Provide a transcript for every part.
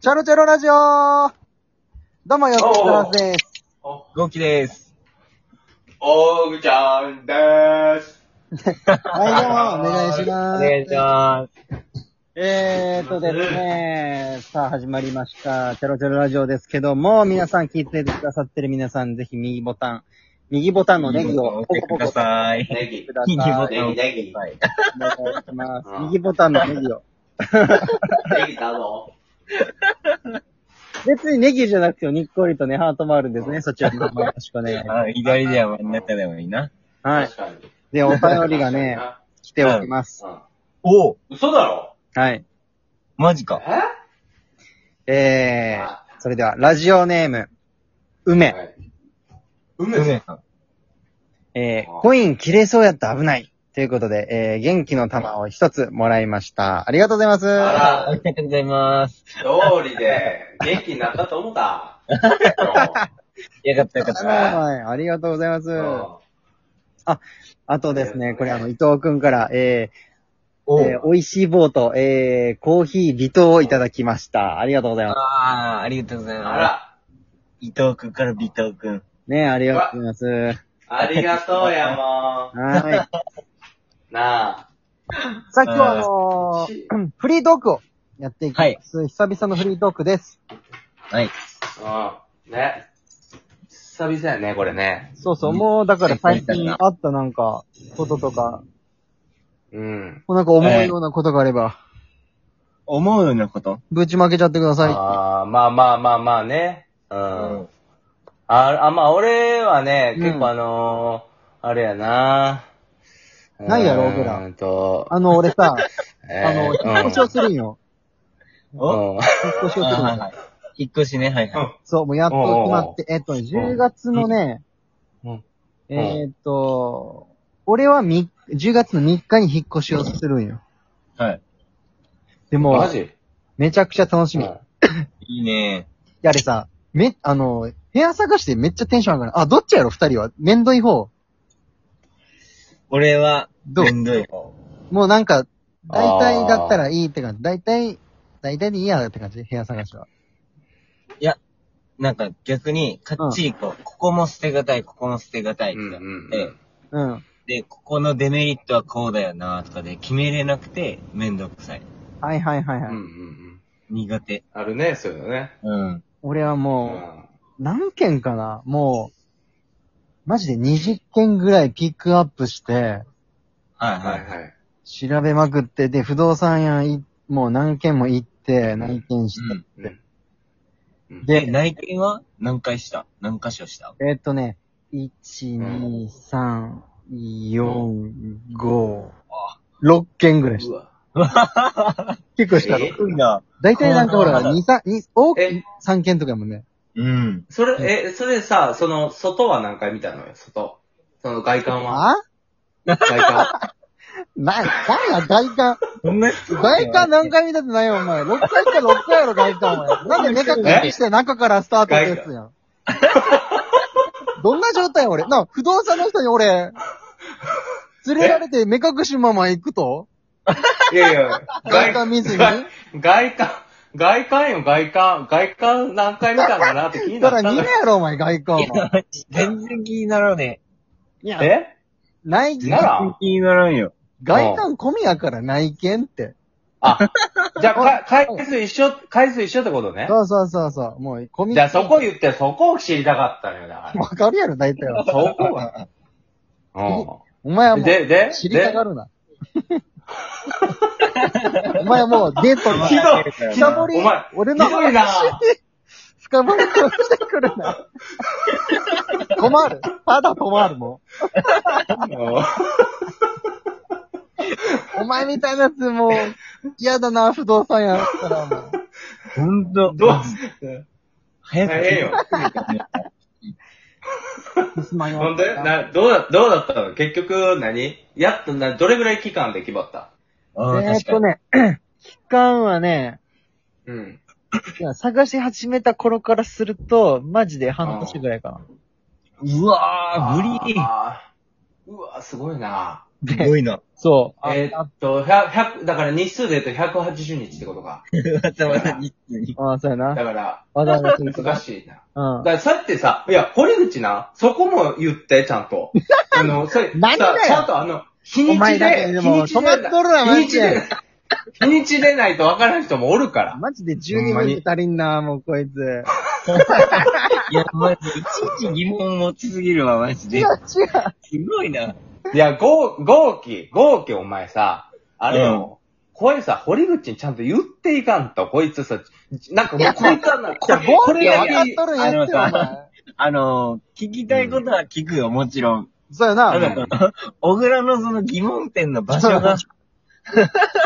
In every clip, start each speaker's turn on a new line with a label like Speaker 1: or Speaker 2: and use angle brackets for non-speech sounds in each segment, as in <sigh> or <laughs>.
Speaker 1: チャロチャロラジオどうもよくつらずです。
Speaker 2: お、
Speaker 3: ゴキです。
Speaker 2: おぐちゃんでーす。
Speaker 1: はい、どうも、お願いし
Speaker 3: お
Speaker 1: ます。
Speaker 3: 願いします。
Speaker 1: えーとですね、さあ始まりました、チャロチャロラジオですけども、皆さん聞いてくださってる皆さん、ぜひ右ボタン、右ボタンのネギをポ
Speaker 3: 押し
Speaker 1: コ
Speaker 3: て
Speaker 1: ポコ
Speaker 3: くだ
Speaker 1: 押
Speaker 3: さい。
Speaker 2: ネギ
Speaker 1: してく。だ
Speaker 3: 右ボタ
Speaker 1: さ
Speaker 3: ン
Speaker 1: い。
Speaker 2: ネギ、ネギ。
Speaker 3: はい。
Speaker 1: お願いします
Speaker 2: うん
Speaker 1: 右ボタンのネギを。
Speaker 2: ネギだぞ。
Speaker 1: 別にネギじゃなくてもにっこりとね、ハートもあるんですね。そちらの方よろしくお願いしま
Speaker 3: あ左では真ん中でもいいな。
Speaker 1: す。はい
Speaker 2: 確。かに。
Speaker 1: で、お便りがね、来ております。
Speaker 2: うん。
Speaker 3: お
Speaker 2: 嘘だろ
Speaker 1: はい。
Speaker 3: マジか。
Speaker 2: え
Speaker 1: えー、それでは、ラジオネーム、梅。
Speaker 2: はい梅
Speaker 3: 梅さん。
Speaker 1: えー、コイン切れそうやった危ない。ということで、えー、元気の玉を一つもらいました。ありがとうございます。
Speaker 2: あ
Speaker 3: あありがとうございます。
Speaker 2: 通りで、元気になったと思った。
Speaker 3: よかったよかっ
Speaker 2: あ
Speaker 3: た。
Speaker 1: はい、ありがとうございま
Speaker 2: <laughs> う
Speaker 1: す。
Speaker 2: ん
Speaker 1: あとですね、
Speaker 2: うん
Speaker 1: これあの、伊藤くんから、えー
Speaker 3: お
Speaker 1: えー美味しい棒と、えー、コーヒー微糖をいただきました。ありがとうございま
Speaker 3: ああ、ありがとうござい
Speaker 2: あ
Speaker 3: ま
Speaker 2: ら、
Speaker 3: す。伊藤くんから尾藤くん。
Speaker 1: す。ね、ありがとうございます。
Speaker 2: ありがとうやも
Speaker 1: は
Speaker 2: ん。なあ。
Speaker 1: い。さっきはあのー
Speaker 2: し
Speaker 1: フリートークをやっていきます。久々のフリートークです。
Speaker 3: はい。
Speaker 2: うん。ね。久々やね、これね。
Speaker 1: そうそう、
Speaker 3: うん
Speaker 1: もうだから最
Speaker 3: はい
Speaker 1: 近あったなんか、こととか、
Speaker 2: うん。
Speaker 1: もうなんか思うようなことがあれば、
Speaker 3: 思うようなこと
Speaker 1: ぶちまけちゃってください。
Speaker 2: ああ、まあまあまあまあね。うん。あ、あ、まあ、俺はね、
Speaker 1: うん
Speaker 2: 結構あのー、あれやな
Speaker 1: ないやろ
Speaker 2: うーん
Speaker 1: 僕ら
Speaker 2: と、
Speaker 1: あの、俺さ、
Speaker 2: <laughs> えー
Speaker 1: あの、
Speaker 2: うん
Speaker 1: 引っ越しをするんよ。
Speaker 3: お
Speaker 2: うん
Speaker 1: 引っ越しをするん
Speaker 3: あ
Speaker 1: よ。
Speaker 3: はい引っ越しね、はいはい。
Speaker 1: そう、もうやっと決まって、えっと、10月のね
Speaker 2: うん、うん
Speaker 1: えーっと、俺はみ10月の3日に引っ越しをするんよ。
Speaker 3: はい。
Speaker 1: でも
Speaker 2: マ、ジ
Speaker 1: めちゃくちゃ楽しみ。
Speaker 2: う
Speaker 1: い
Speaker 2: ん
Speaker 3: いいね。
Speaker 1: やあれさ、め、あの、部屋探してめっちゃテンション上がる。あ、どっちやろ二人は。めんどい方。
Speaker 3: 俺は、
Speaker 1: どう
Speaker 3: めんどい方。
Speaker 1: もうなんか、大体だったらいいって感じ。大体、大体でいいやって感じ。部屋探しは。
Speaker 3: なんか逆に、かっちりこう、ここも捨てがたい、ここも捨てがたいってなって、
Speaker 2: うんうんうん
Speaker 1: うん。
Speaker 3: で、ここのデメリットはこうだよなとかで決めれなくて、めんどくさい。
Speaker 1: はいはいはいはい。
Speaker 2: うんうんうん。
Speaker 3: 苦手。
Speaker 2: あるね、そういうのね。
Speaker 3: うん。
Speaker 1: 俺は
Speaker 2: う
Speaker 1: もう、
Speaker 2: ん。
Speaker 1: 何件かなもう、マジで20件ぐらいピックアップして、
Speaker 3: はい
Speaker 2: は
Speaker 3: はいい。
Speaker 2: はい。
Speaker 1: 調べまくって、で、不動産屋い、もう何件も行って、何件し
Speaker 3: うん。
Speaker 2: ねうん
Speaker 1: て。
Speaker 3: で、
Speaker 1: で、
Speaker 3: 内見は何回した何箇所した
Speaker 1: えーっとね、1、2、3、4、5、6件ぐらいし
Speaker 2: う
Speaker 1: た。
Speaker 2: わ。
Speaker 1: 結構した
Speaker 2: え
Speaker 1: の。
Speaker 3: いな。
Speaker 1: 大体なんかほら、
Speaker 3: まだ
Speaker 1: 2、3、2、大きい
Speaker 2: え
Speaker 1: 3件とかやもんね。
Speaker 3: うん。
Speaker 2: それ、え、それさ、その、外は何回見たのよ、外。その外観は。
Speaker 1: あ
Speaker 2: 外観。
Speaker 1: な、なんや、外
Speaker 2: <laughs>
Speaker 1: 観。
Speaker 3: そんな人
Speaker 1: 外観何回見たってないよ、お前。6回か6回やろ、外観、お前。なんで目隠しして中からスタートってやつや
Speaker 2: <laughs>
Speaker 1: ん。どんな状態俺。な、不動産の人に俺、連れられて目隠しまま行くと
Speaker 2: いやいや、
Speaker 1: 外観見ずに
Speaker 2: 外外観、外観よ、外観。外観何回見たのかなって気に
Speaker 1: だ
Speaker 2: なっ
Speaker 1: か
Speaker 2: た
Speaker 1: ら逃
Speaker 2: のよ
Speaker 1: げ。やろ、お前、外観。お前
Speaker 3: 全然気にならね
Speaker 1: いや、
Speaker 2: え
Speaker 1: 内
Speaker 3: え。
Speaker 1: 見
Speaker 2: な、ら
Speaker 3: 全然気にならんよ。
Speaker 1: 外観込みやから内見って。
Speaker 2: あ、じゃあ、か回数一緒、回数一緒ってことね。
Speaker 1: そうそうそうそう、もう込み。
Speaker 2: じゃあそこ言って、そこを知りたかったのよ、だ
Speaker 1: <laughs> わかるやろ、大体
Speaker 2: <laughs>
Speaker 1: は。
Speaker 2: から。そこが。
Speaker 1: お前は
Speaker 2: うん。
Speaker 1: もう、
Speaker 2: で、で、
Speaker 1: 知りたが
Speaker 2: る。
Speaker 1: るな。 <laughs> お前はもうデートの
Speaker 2: ひどい、ひど
Speaker 1: 深掘り
Speaker 2: い、お前、
Speaker 1: 俺の
Speaker 2: ひどいな
Speaker 1: <laughs> 深掘りをしてくるな。 <laughs> 困る。ただ困るもん。お前みたいなやつもう、嫌だな、不動産屋だったらもう。
Speaker 3: ほんと。
Speaker 2: どう
Speaker 3: 早く。
Speaker 2: 大変よ。
Speaker 1: すまんよ
Speaker 2: <laughs> ほんで、な、どうだ、どうだったの結局何、やっと、な、どれぐらい期間で決まった
Speaker 3: ああ、
Speaker 1: えーっ
Speaker 3: 確か
Speaker 1: と
Speaker 3: に。
Speaker 1: ね、期間はね、
Speaker 2: うん。
Speaker 1: いや探し始めた頃からすると、マジで半年ぐらいかな。
Speaker 3: うわー、無理。
Speaker 2: あーうわ、すごいな
Speaker 3: すごい <laughs> な。
Speaker 1: そう。
Speaker 2: えーっと、100、100だから日数で言うと180日ってことか。
Speaker 3: またまた日中に。
Speaker 1: ああ、そうやな。
Speaker 2: だから、
Speaker 1: わざわざ続く
Speaker 2: 難しいな。だ
Speaker 1: う
Speaker 2: からさってさ、いや、堀口な、そこも言って、ちゃん
Speaker 1: <laughs>
Speaker 2: と。あの、それ、
Speaker 1: 何
Speaker 2: さ
Speaker 1: だよ
Speaker 2: ちゃんとあの、日に
Speaker 1: お前
Speaker 2: ち
Speaker 1: だけ
Speaker 2: で、
Speaker 1: で
Speaker 2: 日
Speaker 1: も
Speaker 2: にちで、
Speaker 1: 止まっとるな
Speaker 2: 日
Speaker 1: マ
Speaker 2: に
Speaker 1: ジ
Speaker 2: ち
Speaker 1: で
Speaker 2: で、日にちでないとわからん人もおるから
Speaker 1: ん。。マジで12分で足りんな、もうこいつ。違
Speaker 3: いや、マジ、いちいち疑問持ちすぎるわ、マジで。
Speaker 1: う。
Speaker 3: すごいな。
Speaker 2: いや、ゴー、ゴーキ、ゴーキお前さ、あれよ、これさ、堀口にちゃんと言っていかんと、こいつさ、なんかもうこいつはな、これ、こ
Speaker 1: ゴール
Speaker 2: れ
Speaker 1: で
Speaker 2: だ
Speaker 1: 分かっ
Speaker 2: け、
Speaker 1: とるんやってよ、お前。
Speaker 3: あの、聞きたいことは聞くよ、もちろん。
Speaker 1: そうやな。
Speaker 3: た
Speaker 2: あ
Speaker 3: だ
Speaker 2: の、
Speaker 3: <laughs> 小倉のその疑問点の場所が、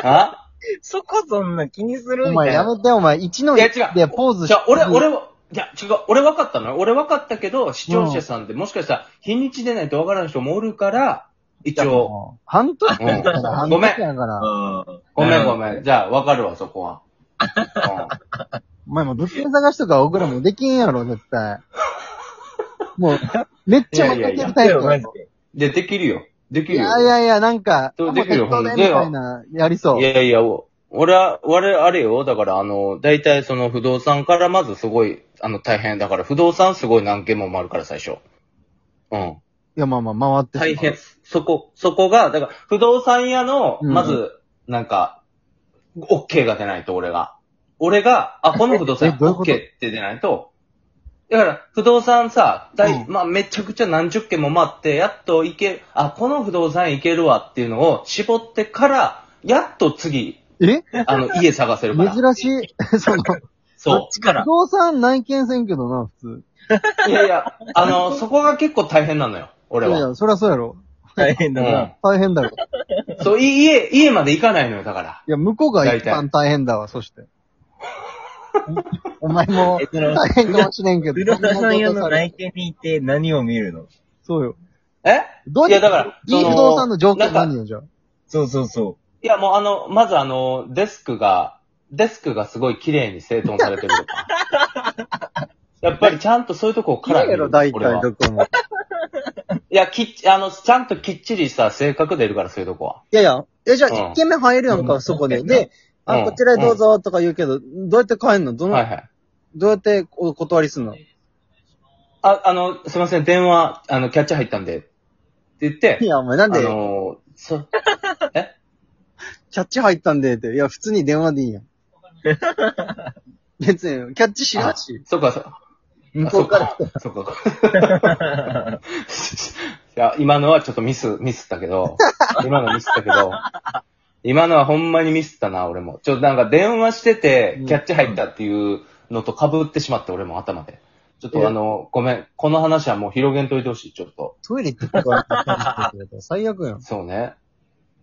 Speaker 2: あ
Speaker 3: そこそんな気にする
Speaker 1: お
Speaker 3: みた
Speaker 1: 前
Speaker 3: い
Speaker 1: や
Speaker 3: な。
Speaker 1: めて、お前。1の
Speaker 2: いや違う
Speaker 1: でポーズし
Speaker 2: じゃあ、俺、俺は、いや、違う、俺分かったのよ俺分かったけど、視聴者さんって、もしかしたら、日にちでないと分からん人もおるから、一応、
Speaker 1: もう半年
Speaker 2: うん
Speaker 1: やから、半
Speaker 2: ごめん
Speaker 1: 年やから。
Speaker 3: うん
Speaker 2: ごめんご
Speaker 3: ん。
Speaker 2: めん、じゃあ分かるわ、そこは。う
Speaker 1: お前もう物件探しとか僕らもできんやろ、絶対。もう、めっちゃ持ってきた
Speaker 3: い
Speaker 1: いプ
Speaker 3: や
Speaker 1: や
Speaker 3: マジで
Speaker 2: んで、できるよ。でき
Speaker 1: い
Speaker 2: るよ。
Speaker 1: やいやいや、なんか、
Speaker 2: そうできるよ
Speaker 1: あもう適当でみたいな、やりそう。
Speaker 2: いやいや、お俺は、俺、あれよ、だからあの、大体その不動産からまずすごい、あの、大変。だから不動産すごい何件も回るから、最初。うん。
Speaker 1: いや、まあまあ、回っ
Speaker 2: 大
Speaker 1: てしまう。
Speaker 2: 変。そこ、そこが、だから不動産屋の、
Speaker 1: うん
Speaker 2: まず、なんか、OK が出ないと、俺が。俺が、あ、この不動産
Speaker 1: えどういう
Speaker 2: OK
Speaker 1: こ
Speaker 2: っ
Speaker 1: と
Speaker 2: て出ないと、だから、不動産さ、大、
Speaker 1: う
Speaker 2: まあ、めちゃくちゃ何十件も回って、やっと行け、あ、この不動産行けるわっていうのを絞ってから、やっと次、
Speaker 1: え <laughs>
Speaker 2: あの、家探せるか
Speaker 1: 珍
Speaker 2: ら。
Speaker 1: しい。 <laughs> その、
Speaker 3: こっ
Speaker 2: そ
Speaker 3: ちか
Speaker 1: 不
Speaker 3: ら。
Speaker 1: 動産内見せんけどな、普通。
Speaker 2: う。いやいや、あの、そこが結構大変なのよ、俺
Speaker 1: いやい
Speaker 2: は。
Speaker 1: や、そりゃそうやろ。
Speaker 3: 大変だな。
Speaker 1: 大変だろ。い
Speaker 2: うん。そう、い家、家まで行かないのよ、だから。
Speaker 1: や、向こうが一
Speaker 2: 大
Speaker 1: 番大変だわ、そして。お前も
Speaker 3: え、その
Speaker 1: 大変かもしれんけど。
Speaker 3: 不動産屋の内
Speaker 1: 見。
Speaker 3: 見に行って何を見るの
Speaker 1: そうよ。
Speaker 2: え
Speaker 1: どう
Speaker 2: いやだから
Speaker 1: いい
Speaker 2: その
Speaker 1: 不動産の条件
Speaker 2: なんか
Speaker 1: 何よ、じゃあ。
Speaker 3: そうそうそ
Speaker 2: いや、もうあの、まずあの、デスクが、デスクがすごい綺麗に整頓されてるとか。
Speaker 1: <laughs>
Speaker 2: やっぱりちゃんとそういうとこから
Speaker 1: いいやろ、大
Speaker 2: 俺は
Speaker 1: 体どこも。
Speaker 2: いや、きっち、あの、ちゃんときっちりさ、性格出るから、そういうとこは。
Speaker 1: いやいや、え、じゃあ
Speaker 2: うん
Speaker 1: 1軒目入るやん
Speaker 3: う
Speaker 1: か、
Speaker 3: ん
Speaker 1: そこ
Speaker 3: う
Speaker 1: で。
Speaker 3: ん
Speaker 1: で、
Speaker 2: う
Speaker 1: あ、
Speaker 2: ん
Speaker 1: こちらへどうぞとか言うけど、どうやって帰んのどの、
Speaker 2: はいはい。
Speaker 1: どうやってお断りすんのい
Speaker 2: あ、あの、すいません、電話、あの、キャッチ入ったんで。って言って、
Speaker 1: や、お前なん
Speaker 2: あ
Speaker 1: で、
Speaker 2: の、そ、
Speaker 1: キャッチ入ったんでって。いや、普通に電話でいいや
Speaker 2: <laughs>
Speaker 1: ん。別に、キャッチしなし。
Speaker 2: そっか、そ
Speaker 1: 向こうから
Speaker 2: あそっか。そっか <laughs> いや、今のはちょっとミス、ミスったけど、今のミスったけど、今のはほんまにミスったな、俺も。ちょっとなんか電話してて
Speaker 1: うん、
Speaker 2: キャッチ入ったっていうのと被ってしまって、俺も頭で。ちょっ
Speaker 1: え
Speaker 2: とあの、ごめん、この話はもう広げんといてほしい、ちょっと。
Speaker 1: トイレ行ってこ
Speaker 2: <laughs>
Speaker 1: い。最悪やん。い
Speaker 2: そうね。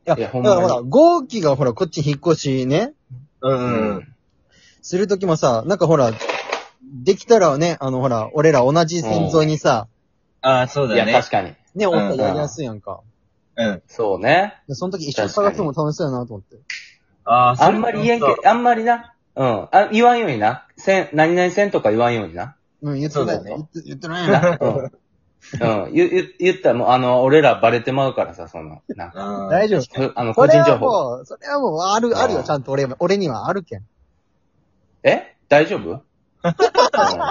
Speaker 1: や、
Speaker 2: いやほん
Speaker 1: だ
Speaker 2: ま
Speaker 1: か
Speaker 2: に
Speaker 1: らほら、豪気がほら、こっち引っ越しね、
Speaker 3: う。う
Speaker 2: うん
Speaker 3: うん。。
Speaker 1: するときもさ、なんかほら、できたらね、あのほら、俺ら同じ線沿いにさ、
Speaker 3: ああ、そう
Speaker 2: い
Speaker 3: だ
Speaker 2: や、
Speaker 3: ね。
Speaker 2: 確かに。
Speaker 1: ね、お互
Speaker 3: う
Speaker 1: い
Speaker 3: ん
Speaker 1: やりやすいやんか。
Speaker 3: うん。
Speaker 2: そうね。
Speaker 1: でその時一緒に探すのも楽しそうやなと思って。
Speaker 3: あ
Speaker 2: あんまり言えん
Speaker 3: そう
Speaker 2: け、あんまりな。うん。あ、言わんようにな。せん、何々せんとか言わんようにな。
Speaker 1: うん、言ってないよ
Speaker 2: そうだ
Speaker 1: ね
Speaker 2: よね。
Speaker 1: 言って言ってないよ
Speaker 2: <laughs>
Speaker 1: ね。
Speaker 2: うん。うん。言、言言ったらもう、あの、俺らバレてまうからさ、その、な。
Speaker 3: うん
Speaker 1: 大丈夫。
Speaker 2: ふあの、
Speaker 1: そ
Speaker 2: 個
Speaker 1: れ
Speaker 2: 人情
Speaker 1: は
Speaker 2: 報。
Speaker 1: もう、それはもう、ある、あるよ、ちゃんと俺、俺にはあるけん。
Speaker 2: え大丈夫うん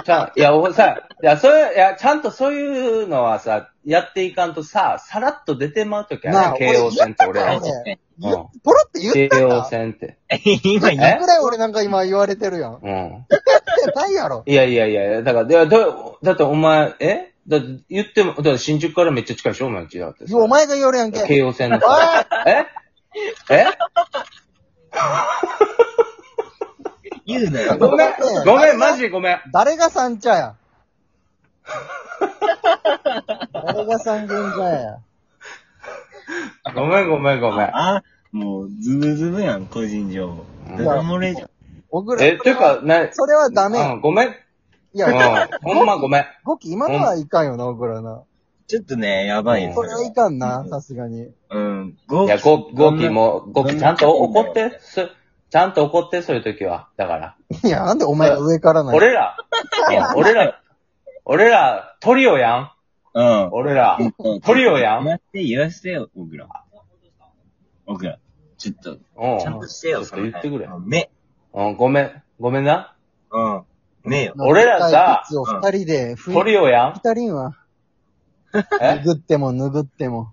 Speaker 2: ちゃん、いや、おさ、いや、そういう、いや、ちゃんとそういうのはさ、やっていかんとさ、さらっと出てまうとき
Speaker 1: なあ
Speaker 2: はね、慶応戦って
Speaker 1: 俺
Speaker 2: 俺
Speaker 1: 言っ
Speaker 2: らは
Speaker 1: た。か
Speaker 2: うん
Speaker 1: 言っポロって言っ
Speaker 2: 慶
Speaker 1: た
Speaker 2: 応
Speaker 1: か
Speaker 2: 戦って。
Speaker 3: <laughs> 今言
Speaker 2: え
Speaker 1: ぐらい俺なんか今言われてるやん。
Speaker 2: うん。
Speaker 1: 言ってないやろ。
Speaker 2: いやいやいや、だから、いやだだってお前、えだって言っても、だって新宿からめっちゃ近いでしょ、お前んちだってさ。
Speaker 1: お前が言うやんけ。おい
Speaker 2: 京王線の。ええ
Speaker 3: 言うなよ。
Speaker 2: ごめん、ごめん、マジでごめん。
Speaker 1: 誰が三茶や。誰が三軒茶や。
Speaker 2: ごめん、ごめん、ごめん。
Speaker 3: あ、もう、ズブズブやん、個人情報。
Speaker 2: うん
Speaker 3: ダダ漏れじゃん。
Speaker 1: おぐら
Speaker 2: え、てか、な、
Speaker 1: それはダメ
Speaker 2: う。んごめん。
Speaker 1: いうや、
Speaker 2: ん、ほんまごめん。
Speaker 1: ゴキ今のはいかんよな、おぐらな。
Speaker 3: ちょっとね、やばいよ。
Speaker 1: それはいかんな
Speaker 3: う、ん
Speaker 1: さすがに。
Speaker 3: うん。ゴ
Speaker 2: いや、ゴ、ゴキ。も、ゴキちゃんと怒って、す、ちゃんと怒って、そういう時は。だから。
Speaker 1: いや、なんでお前が上からなんや
Speaker 2: 俺ら、うん俺ら、俺ら、トリオやん。
Speaker 3: うん。
Speaker 2: 俺ら。
Speaker 3: うん
Speaker 2: トリオやん
Speaker 3: 言わせて、言わせてよ、小倉。奥が。ちょっと、
Speaker 2: うん。
Speaker 3: ちゃんとして
Speaker 2: ちょ
Speaker 3: よ、
Speaker 2: っと言ってくれ
Speaker 3: その辺目。
Speaker 2: うん、ごめん、ごめんな。
Speaker 3: うん。目よ。
Speaker 2: 俺らさ
Speaker 1: を二人で拭
Speaker 2: ト
Speaker 1: いて、
Speaker 2: リオやん
Speaker 1: 二人は、
Speaker 2: え
Speaker 1: 拭っても拭っても。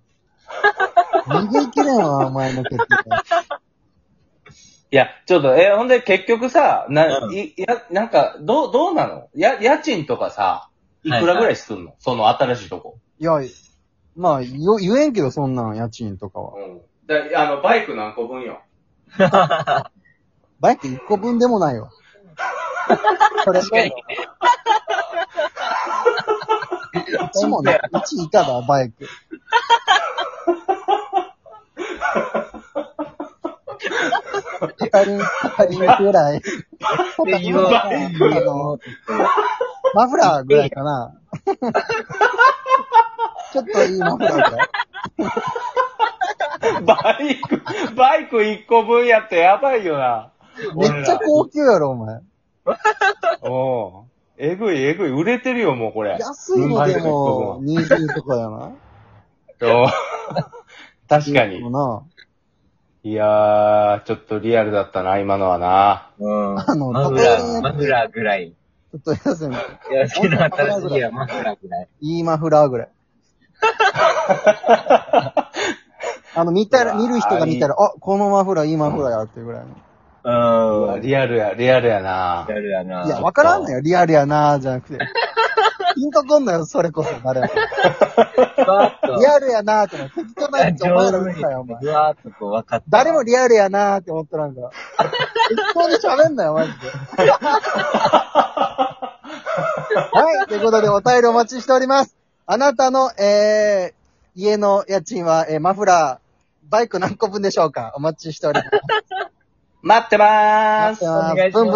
Speaker 1: 拭いきれんわ、お前の血液が。
Speaker 2: いや、ちょっと、え、ほんで結局さ、な、
Speaker 3: うん
Speaker 2: いいや、なんか、どう、どうなのや、家賃とかさ、いくらぐらいすんの、その新しいとこ。
Speaker 1: いや、まあ、よ言えんけど、そんなん、家賃とかは。
Speaker 2: うん。であの、バイク何個分よ。
Speaker 1: バイク一個分でもないわ。それ、
Speaker 3: かに
Speaker 1: 1もね、1以下だ、バイク。語り、語りぐらい。
Speaker 3: で言おう
Speaker 1: あの、マフラーぐらいかな。ちょっといいマフラーぐらい。
Speaker 2: <laughs> バイク、バイク1個分やってやばいよな。
Speaker 1: めっちゃ高級やろ、お前。
Speaker 2: おうえぐいえぐい、売れてるよ、もうこれ。
Speaker 1: 安いのでも、
Speaker 2: う
Speaker 1: 20とかやな。
Speaker 2: おう <laughs> 確かに
Speaker 1: も。な。
Speaker 2: いやー、ちょっとリアルだったな、今のはな。
Speaker 3: うん。
Speaker 1: あの
Speaker 3: マフラー、
Speaker 1: 例え
Speaker 3: マフラーぐらい。
Speaker 1: ちょっと安いの。
Speaker 3: いや、好きな新しいや、マフラーぐらい。
Speaker 1: いいマフラーぐら
Speaker 2: <laughs>
Speaker 1: い。あの、見たら、
Speaker 2: うわー
Speaker 1: 見る人が見たら、あ、このマフラーいいマフラーやっていうぐらいの。
Speaker 2: う
Speaker 3: う
Speaker 2: わ
Speaker 3: ん。
Speaker 2: リアルや、リアルやな
Speaker 3: や。るやない
Speaker 1: や、わからんのよ。リアルやなーじゃなく
Speaker 2: <laughs>
Speaker 1: て。ピンとこんのよ、それこそ、誰も。
Speaker 3: ふわっと。
Speaker 1: リアルやなーってのは適当なやつ、お前ら見たよ、お前。
Speaker 3: ふわっとこう分かった。
Speaker 1: 誰もリアルやなーって思ってらんから。適当に喋んなよ、マジで。はい、ということでお便りお待ちしております。あなたの、えー、家の家賃は、えー、マフラー、バイク何個分でしょうかお待ちしております。
Speaker 2: 待ってまー
Speaker 1: 待って
Speaker 2: す
Speaker 1: ます
Speaker 3: お願いしま
Speaker 1: ブ
Speaker 3: す
Speaker 1: ンブン